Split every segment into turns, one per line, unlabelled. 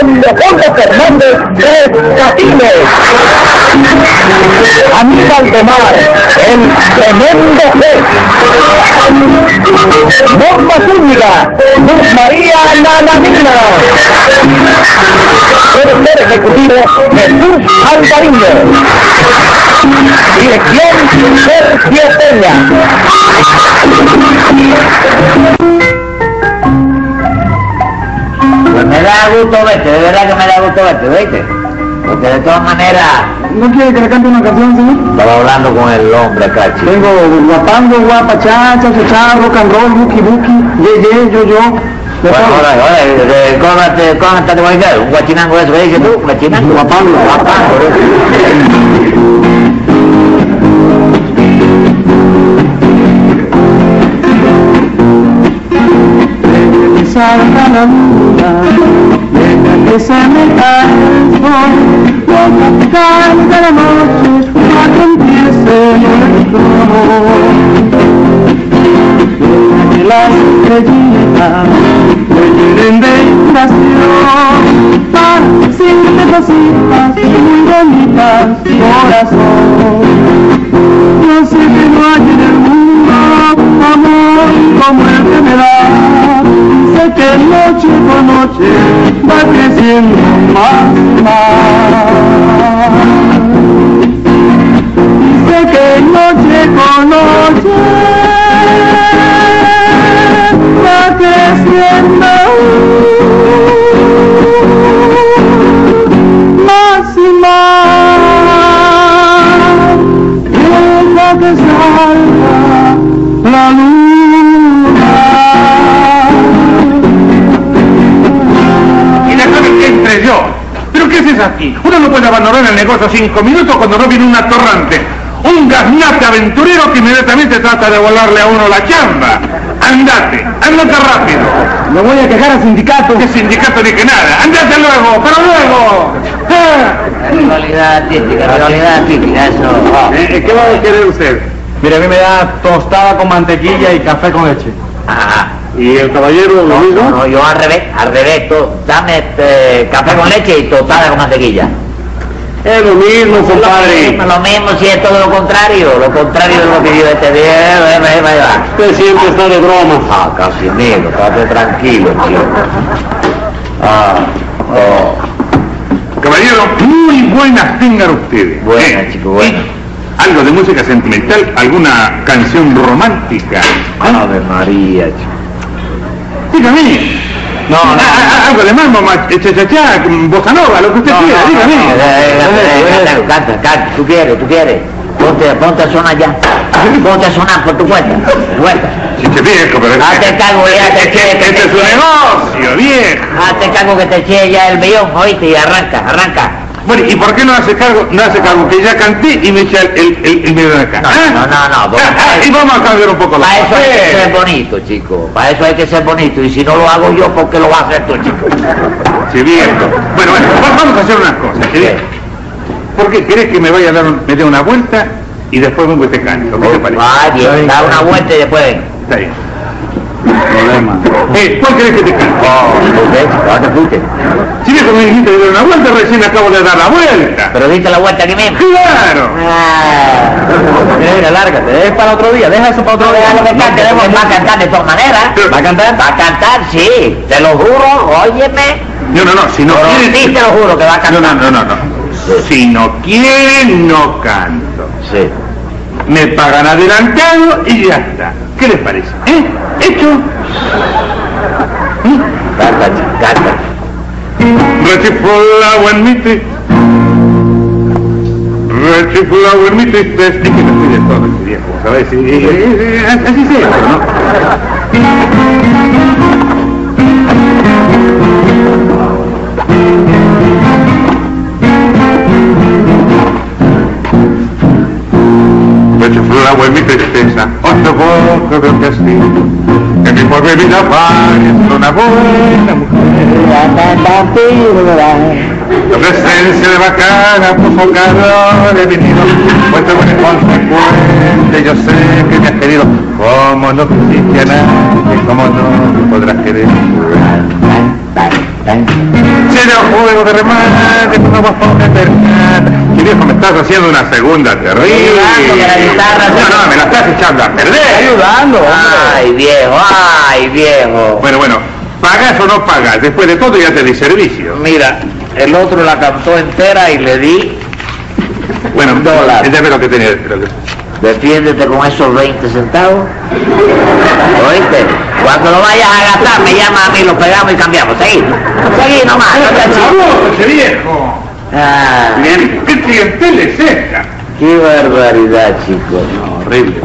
En Leopoldo Fernández Tres Catines. Aníbal de Mar, el tremendo juez. Norma Zúñiga, Luz María Nananina. Tercer ejecutivo, Jesús Alvarino. Dirección Sergio Peña.
Pues me da gusto verte, de verdad que me da gusto verte, ¿viste? Porque de todas maneras...
¿No quiere que le cante una canción, señor?
Estaba hablando con el hombre acá, chico.
Tengo guapango, guapa, chacha, chachá, rock and roll, buki, buki, ye, ye, yo, yo. de
Bueno,
todo.
ahora, ahora, eh, cógate, cógate, guaynal, un guachinango eso, ¿qué dices tú? Guachinango, guapango, guapango.
salga la luna, deja que se me caiga el sol, cuando caiga la noche, cuando empiece el dolor. Deja que las estrellitas me llenen de inspiración, para decirte cositas muy bonitas, corazón. Yo sé que no hay en el mundo amor como el que me da. Sé que noche por noche va creciendo más y más. Y sé que noche con noche va creciendo más y más. Deja que salga la luna.
Y déjame que entre yo. ¿Pero qué haces aquí? Uno no puede abandonar el negocio cinco minutos cuando no viene una torrante. Un gaznate aventurero que inmediatamente trata de volarle a uno la chamba. Andate, andate rápido.
Me voy a quejar al sindicato.
El sindicato ni que nada. Andate luego, pero luego. Ah.
Realidad artística, realidad artística, eso.
Eh, ¿Qué va a querer usted?
Mira, a mí me da tostada con mantequilla y café con leche.
Ah,
¿Y el caballero lo
no, no, yo al revés, al revés, to- dame este, café con leche y tostada con mantequilla.
Es lo mismo,
Lo mismo, Lo mismo si es todo lo contrario, lo contrario de lo que yo este día, eh, eh, eh, eh.
Usted siempre está de broma.
Ah, Casimiro, estate tranquilo, tío. Ah, oh,
Caballero, muy buenas tengan ustedes.
Buenas, chico, buenas.
y Algo de música sentimental, alguna canción romántica.
Ave María, chico.
Dígame.
No,
Ah, ah, ah, algo de mambo, ma- eh, cha-cha-cha, mm, bossa nova, lo que usted quiera, dígame.
Eh, eh, eh, Canta, canta, canta, tú quieres, tú quieres. Ponte, ponte a sonar ya. Ponte a sonar por tu cuenta, por tu cuenta.
Sí, che, viejo, pero...
Hazte cargo ya, te che, que
Este
te
es su
che.
negocio, viejo.
Hazte cargo que te eché ya el millón, oíste, y arranca, arranca.
Bueno, ¿y por qué no hace cargo? No hace cargo, que ya canté y me echa el, el, el, el miedo de acá.
No,
¿eh?
no, no, no, porque-
Ah, ah, y vamos a cambiar un poco la
Para eso hay que
cosa.
ser bonito, chico. Para eso hay que ser bonito. Y si no lo hago yo, ¿por qué lo vas a hacer tú, chico?
Sí, bien. Bueno, bueno, va- vamos a hacer unas cosas. ¿sí? ¿Por qué crees que me vaya a dar un- me dé una vuelta y después vengo y te canto? ¿Qué te parece?
Ah, bien, da una vuelta y después ven.
Está bien. Problema. Eh, ¿cuál crees que te canto?
Oh. No te escuches.
Si viejo me dijiste de dar una vuelta, recién acabo de dar la vuelta.
Pero diste la vuelta aquí mismo.
¡Claro!
Ah. Mira, lárgate, es para otro día, deja eso para otro día. que cante, va a cantar de todas maneras.
Pero-
¿Va a cantar? Va a cantar, sí, te lo juro, óyeme.
No, no, no, si no
Pero sí, te
quieres...
lo juro que va a
No,
cantar.
no, no, no, no. Si no quieres, no canto.
Sí.
Me pagan adelantado y ya está. ¿Qué les parece? ¿Eh? ¿Hecho?
Canta, chico, canta.
Rechiflado en mi tristeza. Rechiflado en mi tristeza. Es que no estoy de todo ese viejo, ¿sabes? Y- y- y- y- así sea, ¿no? Rechiflado en mi tristeza, otro poco de castigo. Que mi pobre vida parece una buena mujer. La presencia de bacana sofocador he venido, puesto con el consecuente, yo sé que me has querido, como no quisiste a nadie, como no me podrás querer. Será un juego de remate, una guapona eternal. Y viejo, me estás haciendo una segunda terrible.
Ayudando, que la guitarra se-
No, no, me la estás echando a perder.
ayudando. Ay, viejo, ay, viejo.
Bueno, bueno, pagas o no pagas, después de todo ya te di servicio.
Mira, el otro la cantó entera y le di.
Bueno,
Dólar.
entendeme lo que tenía. lo que-
Defiéndete con esos 20 centavos. ¿Oíste? Cuando lo vayas a gastar, me llama a mí, lo pegamos y cambiamos. Seguí. Seguí nomás, no te achiques.
ese viejo!
Ah,
Bien, ¿Qué clientela es esta?
qué barbaridad, chicos.
Horrible.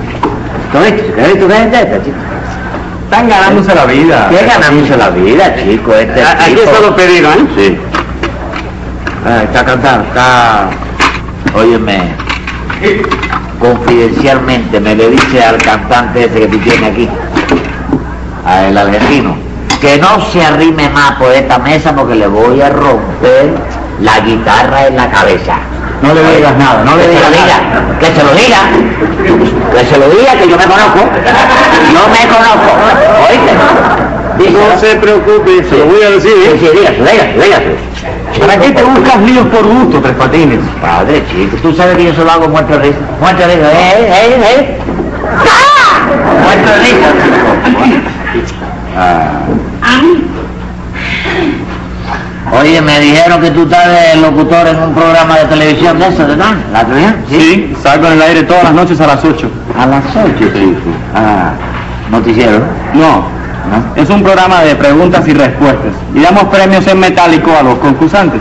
¿Con esto? ¿Con esto? ¿Con esto, chicos?
Están ganándose la vida. Ah,
¿Qué ganamos la vida, chico? Este
Ah,
tipo...
pedido, ¿eh?
Sí. Ah, está cantando, está... Óyeme, confidencialmente me le dice al cantante ese que tú tienes aquí, al argentino, que no se arrime más por esta mesa porque le voy a romper la guitarra en la cabeza.
No le digas nada, no le
Que se
digas
lo
nada.
diga, que se lo diga, que se lo diga que yo me conozco, yo me conozco, ¿oíste? Díselo.
preocupe,
se lo voy
a decir, ¿eh?
Sí, sí, dígaselo, dígaselo, dígaselo.
¿Para qué te buscas líos por gusto, Tres Patines?
Padre, chico, tú sabes que yo solo hago muerto de risa. Muerto de risa, ¿eh? ¿eh? ¿eh? ¿eh? ¡Ah! Muerto de risa, chico. Ah. Oye, me dijeron que tú estás de locutor en un programa de televisión de eso, ¿verdad? ¿La televisión?
Sí, salgo en el aire todas las noches a las 8.
A las ocho, chico. Ah, noticiero.
No,
¿no?
es un programa de preguntas y respuestas. Y damos premios en metálico a los concursantes.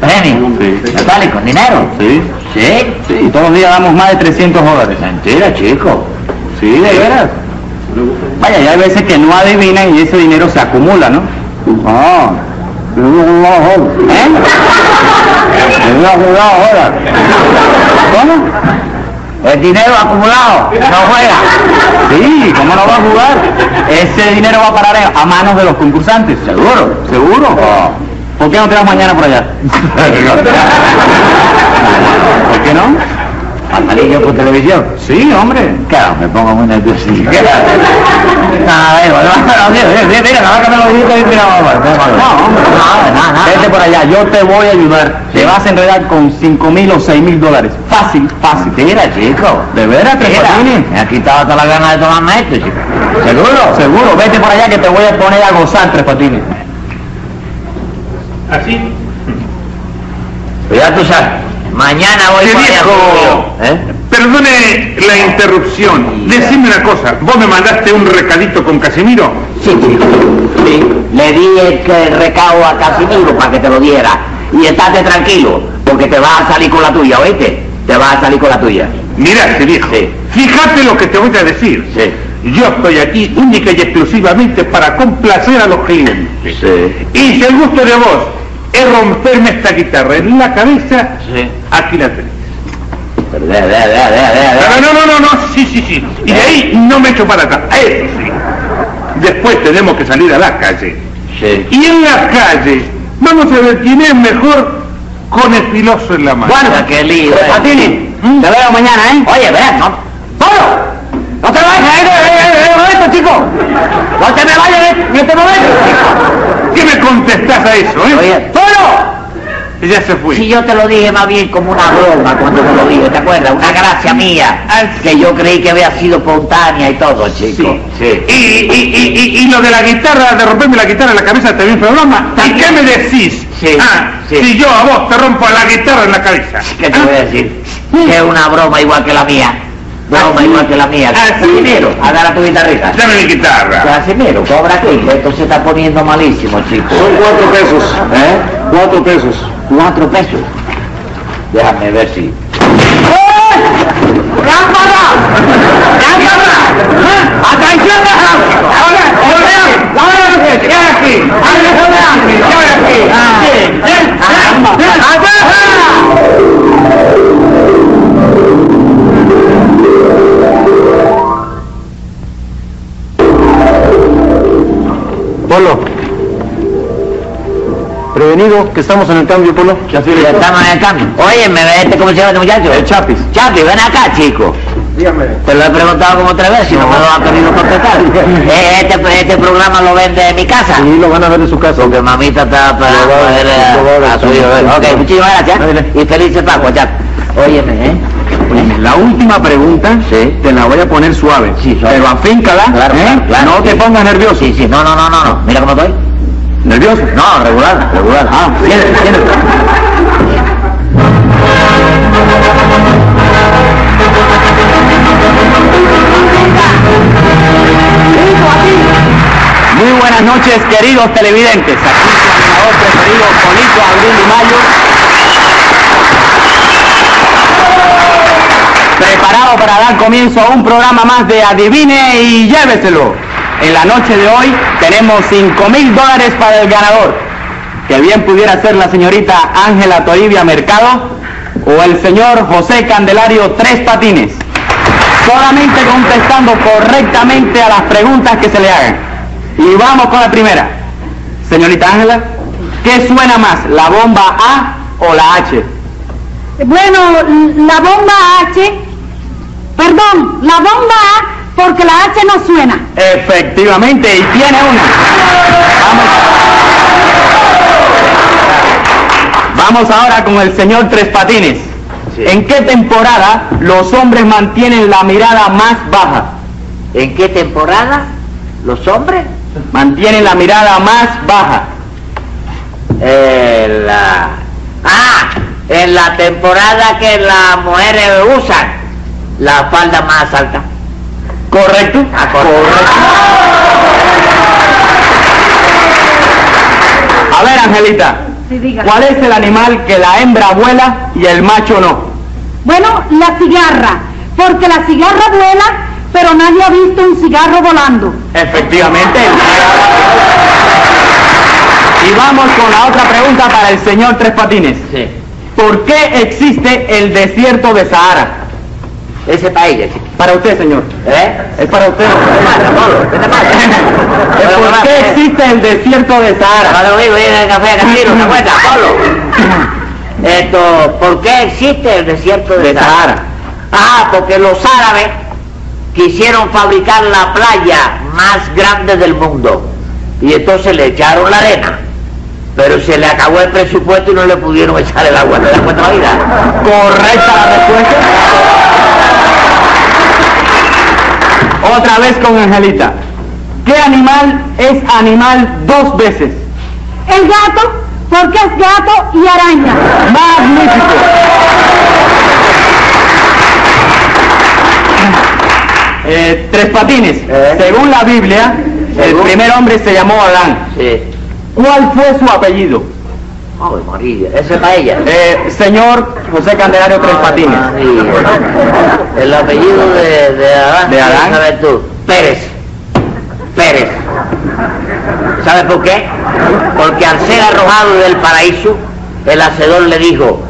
Premio.
Sí.
Metálico, dinero.
Sí.
Sí.
Sí, todos los días damos más de 300 dólares.
Mentira, chico.
Sí, de veras. Vaya, y hay veces que no adivinan y ese dinero se acumula, ¿no? Ah. ¿Cómo?
El dinero acumulado no juega.
Sí, ¿cómo no va a jugar? Ese dinero va a parar a manos de los concursantes. ¿Seguro? ¿Seguro? ¿Por qué no te vas mañana por allá? ¿Por qué no?
¿A salir yo por televisión?
Sí, hombre.
Claro, me pongo muy nervioso. Nada, digo, no, mira, mira, mira, mira, ahora que me lo dijiste, mira, vamos, vamos, vamos.
No, hombre.
Nada, nada, nada.
Vete por allá, yo te voy a ayudar.
Sí.
Te vas a enredar con 5 mil o 6 mil dólares. Fácil, fácil.
Mentira, chico.
¿De veras, Tres
Mira,
Patines?
me ha quitado toda la gana de tomarme esto, chico. ¿Seguro?
Seguro, vete por allá que te voy a poner a gozar, Tres Patines.
¿Así?
Pero ya tú sabes, mañana voy
Te
para allá.
dijo.
¿Eh?
Perdone la interrupción. Decime una cosa. ¿Vos me mandaste un recadito con Casimiro?
Sí, chico. Sí. Le di el, que- el recado a Casimiro para que te lo diera. Y estate tranquilo, porque te vas a salir con la tuya, ¿oíste? Te vas a salir con la tuya.
Mirá, este viejo.
Sí.
Fíjate lo que te voy a decir.
Sí.
Yo estoy aquí única y exclusivamente para complacer a los clientes.
Sí.
Y si el gusto de vos es romperme esta guitarra en la cabeza,
Sí.
aquí la tenés.
Pero de, de, de, de,
No, no, no, no, no, sí, sí, sí. Y
¿Eh?
de ahí no me echo para atrás. Eso sí. Después tenemos que salir a la calle.
de. Sí.
Y en la calle vamos a ver quién es mejor con el filoso en la mano.
Bueno, qué lío. eh.
Patini,
¿Mm?
te veo mañana, ¿eh?
Oye, verás, no.
¡Pablo! ¡No te vayas! ¡Eh, eh, eh, eh, un momento, chico! ¡No te me vayas en este momento!
¿Qué me contestás a eso, eh?
Oye,
¡Pablo!
Que Ya se fue.
si yo te lo dije más bien como una broma cuando te lo dije, ¿te acuerdas? Una gracia mía.
Ah, sí.
Que yo creí que había sido espontánea y todo, chico.
Sí. Y, y- y- y- y lo de la guitarra, de romperme la guitarra en la cabeza también fue broma. ¿Y qué me decís?
Sí,
Ah,
sí.
si yo a vos te rompo la guitarra en la cabeza. ¿eh?
¿Qué te voy a decir?
Ah,
Que es una broma igual que la mía. Broma
Así.
igual que la mía.
Así.
Ah,
Casimiro, agarra tu guitarrita.
Ah, Dame mi guitarra.
Casimiro, cobra aquí, que esto se está poniendo malísimo, chico. Son cuatro pesos. ¿Eh? Cuatro pesos. Cuatro pesos. Déjame ver si... ¡Eh!
¡Lámpara!
¡Eh!
¡Lámpara! ¡Atención,
¡Ahora!
¡Ahora!
¡Qué aquí!
Ah. Polo, venido, que estamos en el cambio, Polo. Que así
Ya estamos en el cambio. Oye, me ve este, ¿cómo se llama este muchacho?
El Chapis.
Chapi, ven acá, chico.
Dígame.
Te lo he preguntado como tres veces y no me lo ha querido contestar. Eh, este, este programa lo vende en mi casa.
Y lo van a ver en su casa.
Porque mamita está para
Lo va a ver,
ver a,
lo va a ver,
a su
también.
hijo. Ok, muchísimas gracias.
Ándale.
Y felices Pascua, Chapi. Óyeme, ¿eh?
Pues, La última pregunta
Sí.
te la voy a poner suave.
Sí, suave.
Pero afíncala.
Claro,
¿eh?
claro, claro,
no te
sí.
pongas nervioso.
Sí, sí, no, no, no, no, no. Mira cómo estoy.
¿Nervioso?
No, regular, regular. Ah, siéntate, siéntate.
Muy buenas noches, queridos televidentes. Aquí su animador preferido, Polito Abril y Mayo. Preparado para dar comienzo a un programa más de Adivine y Lléveselo. En la noche de hoy tenemos 5 mil dólares para el ganador, que bien pudiera ser la señorita Ángela Toribia Mercado o el señor José Candelario Tres Patines solamente contestando correctamente a las preguntas que se le hagan. Y vamos con la primera. Señorita Ángela, ¿qué suena más, la bomba A o la H?
Bueno, la bomba H, perdón, la bomba A, porque la H no suena.
Efectivamente, y tiene una. Vamos. Vamos ahora con el señor Tres Patines.
Sí.
¿En qué temporada los hombres mantienen la mirada más baja?
¿En qué temporada los hombres?
Mantienen la mirada más baja.
En la... Ah, en la temporada que las mujeres usan la falda más alta.
¿Correcto?
Ah, correcto.
A ver, Angelita,
Sí, diga.
¿cuál es el animal que la hembra vuela y el macho no?
Bueno, la cigarra, porque la cigarra vuela, pero nadie ha visto un cigarro volando.
Efectivamente. Y vamos con la otra pregunta para el señor Tres Patines.
Sí.
¿Por qué existe el desierto de Sahara?
Ese país, ya, chico.
Para usted, señor.
¿Eh?
Ah, Es para usted.
¿Qué te pasa, Pablo? ¿Qué te pasa?
¿Por qué existe el desierto de Sahara?
Ahora vivo, vivo en el café de Castillo, ¿te acuerdas, Pablo? Esto, ¿por qué existe el desierto de,
De Sahara.
Ah, porque los árabes quisieron fabricar la playa más grande del mundo y entonces le echaron la arena, pero se le acabó el presupuesto y no le pudieron echar el agua. ¿Te das cuenta, vida?
Correcta la respuesta. Otra vez con Angelita. ¿Qué animal es animal dos veces?
El gato, porque es gato y araña.
Magnífico. Eh, tres patines.
Eh.
Según la Biblia,
Según-
el primer hombre se llamó Adán.
Sí.
¿Cuál fue su apellido?
Ay, María, ese es para ella.
Eh, señor José Candelario Tres
Ay,
Patines.
María. El apellido de, de Adán.
¿De Adán?
¿Sabes tú? Pérez. Pérez. ¿Sabes por qué? Porque al ser arrojado del paraíso, el hacedor le dijo,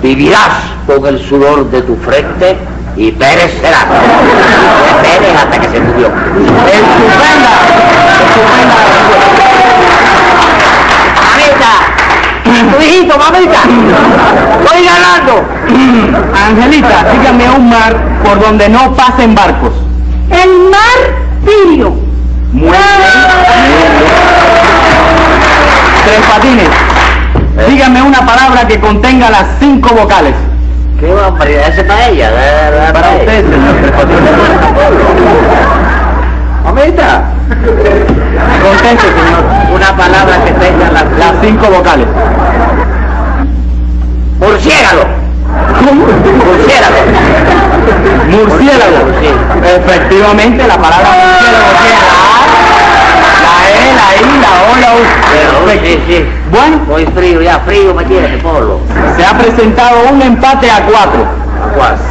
vivirás con el sudor de tu frente y Pérez serás. Fue Pérez hasta que se murió.
Estupenda. Estupenda.
Mamita, tu hijito, mamita, voy ganando.
Angelita, dígame un mar por donde no pasen barcos.
El martirio.
Muy bien. Tres patines.
Eh.
Dígame una palabra que contenga las cinco vocales.
Qué barbaridad, ese para ella. da- da- da
Para
ella.
usted, señor Tres Amita. Conteste, señor.
Una palabra que tenga la
Las
plaza.
cinco vocales.
Murciélago. Murciélago.
Murciélago.
Sí.
Efectivamente, la palabra murciélago tiene la A, la E, la I, la O, la U.
Pero, sí,
Perfecto.
sí.
Bueno,
Voy frío, ya frío me tiene ese polo.
se ha presentado un empate a cuatro.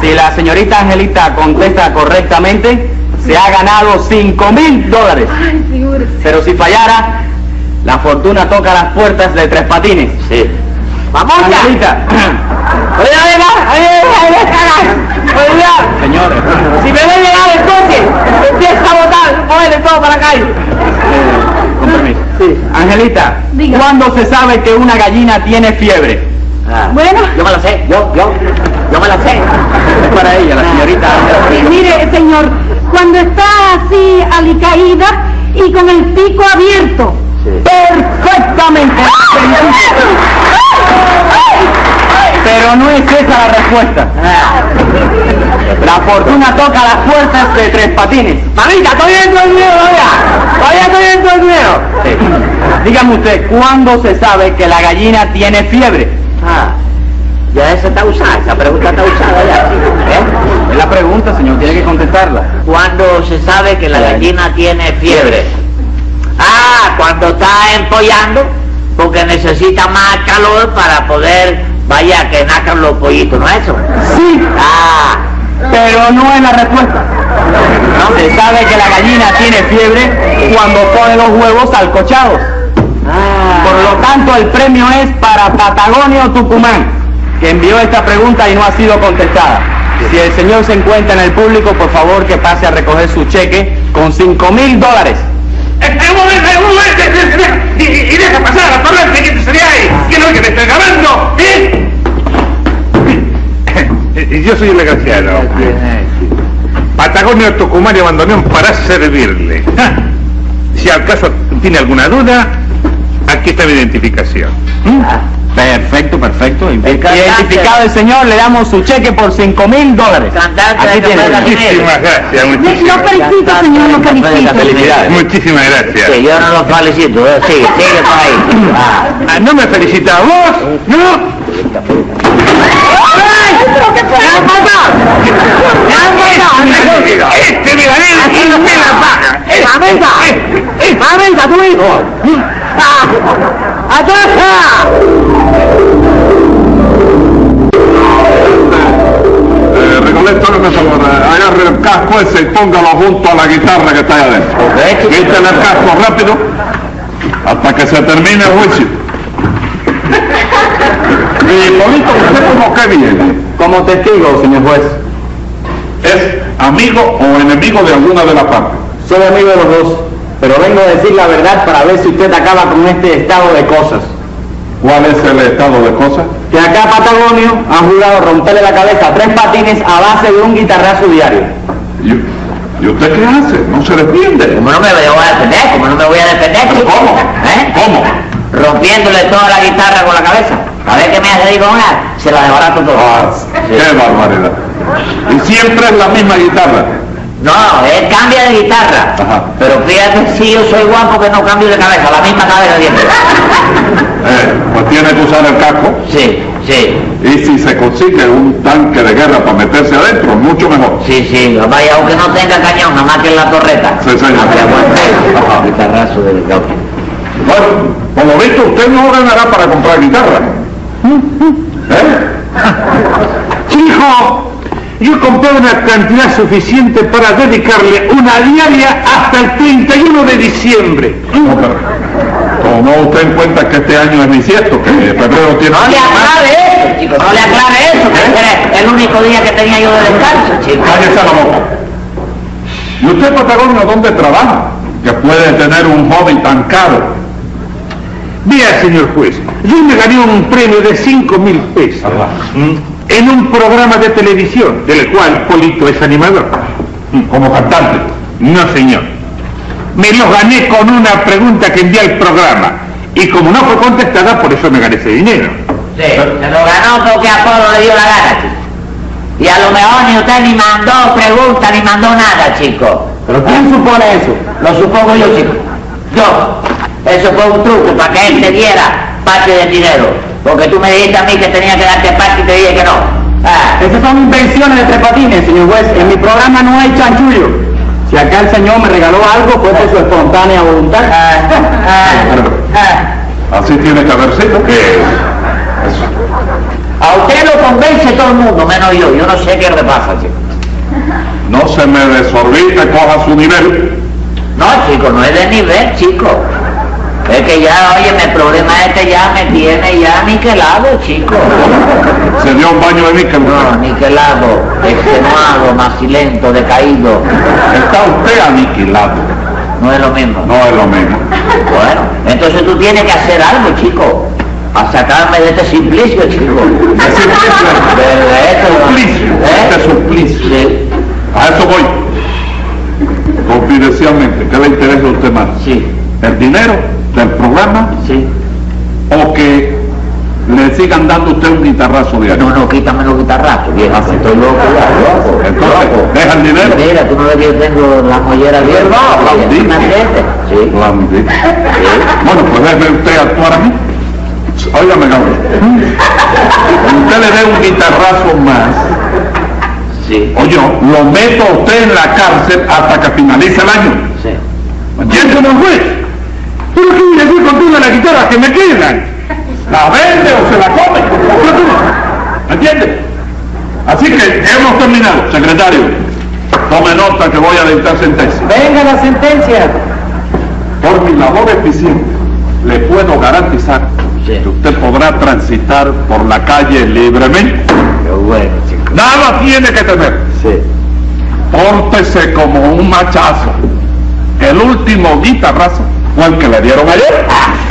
Si la señorita Angelita contesta correctamente, se ha ganado 5 mil dólares.
Ay, figúrese.
Pero si fallara, la fortuna toca las puertas de tres patines.
Sí.
¡Vamos, Angelita!
Oiga, venga,
Señor,
Si me ven llegar el coche, empieza a botar, mueve todo para la calle.
con Eh, permiso.
Sí.
Angelita,
Diga.
¿cuándo se sabe que una gallina tiene fiebre?
Ah,
Bueno.
Yo me la sé, yo, yo, yo me la sé.
Es para ella, la señorita.
Sí, mire, señor, cuando está así alicaída y con el pico abierto.
Perfectamente. Pero no es esa la respuesta.
Ah.
La fortuna toca las fuerzas de tres patines. Mamita, estoy dentro del miedo todavía. Todavía estoy dentro del miedo. Dígame usted, ¿cuándo se sabe que la gallina tiene fiebre?
Ah, ya esa está usada, esa pregunta está usada ya. ¿eh?
Es la pregunta, señor, tiene que contestarla.
Cuando se sabe que la gallina tiene fiebre. Ah, cuando está empollando, porque necesita más calor para poder, vaya, que nacan los pollitos, ¿no es eso?
Sí,
Ah,
pero no es la respuesta.
no
Se
me
sabe que la gallina tiene fiebre cuando pone los huevos alcochados. Por
Ah,
lo tanto, el premio es para Patagonio Tucumán, que envió esta pregunta y no ha sido contestada. Si el señor se encuentra en el público, por favor que pase a recoger su cheque con 5 mil dólares.
Este, un momento, un momento, y, y- y deja pasar a la parlante que se ahí, que no que me estoy grabando, ¿eh? Y Yo soy el agraciado. Patagonio Tucumán y Bandoneón para servirle. Ah, Si al caso tiene alguna duda, aquí está mi identificación.
Perfecto, perfecto.
cantante.
Identificado el señor, le damos su cheque por 5 mil dólares.
Cantante
Aquí
de
tiene.
Capela Jiménez.
Muchísimas gracias,
Lo
muchísimas,
felicito, señor, lo felicito.
Felicidades.
muchísimas gracias.
Sí, yo no lo felicito, eh, sigue, sigue por ahí. Ah.
Ah, ¿No me felicita a vos? ¿No? Este me gané y no me la paga. Este,
¡Mamita! ¡Mamita, tu hijo! ¡Atrás!
Eh, Recolecto, hágame favor, eh, agarre el casco ese y póngalo junto a la guitarra que está ahí adentro.
Ok.
Quítale el casco rápido hasta que se termine el juicio. Y Polito, ¿usted cómo que viene?
Como testigo, señor juez.
¿Es amigo o enemigo de alguna de las partes?
Soy amigo de los dos, pero vengo a decir la verdad para ver si usted acaba con este estado de cosas.
¿Cuál es el estado de cosas?
Que acá Patagonio ha jurado romperle la cabeza a tres patines a base de un guitarrazo diario.
¿Y, y usted qué hace? ¿No se defiende?
Como no me voy a defender, como no me voy a defender.
¿Pero cómo?
¿Eh?
¿Cómo?
Rompiéndole toda la guitarra con la cabeza. A ver qué me hace ahí con una, se la desbarato todo.
¡Qué barbaridad! Y siempre es la misma guitarra.
No, él cambia de guitarra.
Ajá.
Pero fíjate si yo soy guapo que no cambio de cabeza, la misma cabeza siempre.
Eh, pues tiene que usar el casco.
Sí, sí,
Y si se consigue un tanque de guerra para meterse adentro, mucho mejor.
sí, sí. Vaya, aunque no tenga cañón, nada más que en la torreta.
Sí, señor.
Ah, pero bueno,
Ajá.
Guitarrazo del guitarra.
Bueno, como visto, usted no ganará para comprar guitarra. ¿Eh? Hijo, yo compré una cantidad suficiente para dedicarle una diaria hasta el 31 de diciembre. No, pero, tomó usted en cuenta que este año es bisiesto, que febrero tiene
No le
año,
aclare
¿eh?
eso, chicos, no le aclare eso, que era el único día que tenía yo de descanso, chicos.
Cállese la boca. ¿Y usted, Patagonio, dónde trabaja? Que puede tener un hobby tan caro. Vea, señor juez, yo me gané un premio de 5 mil pesos ¿Mm? en un programa de televisión, del cual Polito es animador. ¿Como cantante? No, señor. Me lo gané con una pregunta que envié al programa. Y como no fue contestada, por eso me gané ese dinero.
Sí, se lo ganó porque Apolo le dio la gana, chico. Y a lo mejor ni usted ni mandó pregunta, ni mandó nada, chico.
¿Pero quién supone eso?
Lo supongo yo, chico. Yo. Eso fue un truco para que él te diera parte del dinero. Porque tú me dijiste a mí que tenía que darte parte y te dije que no. Ah,
Esas son invenciones de tres patines, señor juez. En mi programa no hay chanchullo. Si acá el señor me regaló algo, fue por su espontánea voluntad.
ah, ah.
Así tiene que haber sido que... Eh,
A usted lo convence todo el mundo, menos yo. Yo no sé qué le pasa, chico.
No se me desorbite, coja su nivel.
No, chico, no es de nivel, chico. Es que ya, oye, mi problema este ya me tiene ya niquelado, chico.
Se dio un baño de níquel.
No, niquelado, extenuado, macilento, decaído.
Está usted aniquilado.
No es lo mismo.
No es lo mismo.
Bueno, entonces tú tienes que hacer algo, chico. Para sacarme de este simplicio, chico. De esto,
este Suplicio,
¿eh?
este suplicio.
Sí,
A eso voy. Confidencialmente, ¿qué le interesa a usted más?
sí,
¿El dinero del programa
sí.
o que le sigan dando a usted un guitarrazo de
No,
diario?
no, quítame los guitarrazos, viejo. que Estoy loco, ya, loco.
Entonces,
loco.
deja el dinero.
Mira, tú no ves que yo tengo la mollera abierta.
verdad, Blandín.
Una teta, Sí.
Blandín. ¿Eh? Bueno, pues déjeme usted actuar a mí. Óigame, cabrón. Usted le dé un guitarrazo más.
Sí.
O yo lo meto a usted en la cárcel hasta que finalice el año.
Sí.
Gentleman juez, ¿pero qué voy a hacer con todas las guitarras que me quedan? ¿La vende o se la come? Yo tú, ¿Entiendes? Así que hemos terminado, secretario. Tome nota que voy a dictar sentencia.
Venga la sentencia.
Por mi labor eficiente, le puedo garantizar
Sí.
que usted podrá transitar por la calle libremente.
Qué bueno, chico.
Nada tiene que temer.
Sí.
Pórtese como un machazo. El último guitarrazo fue el que le dieron ayer.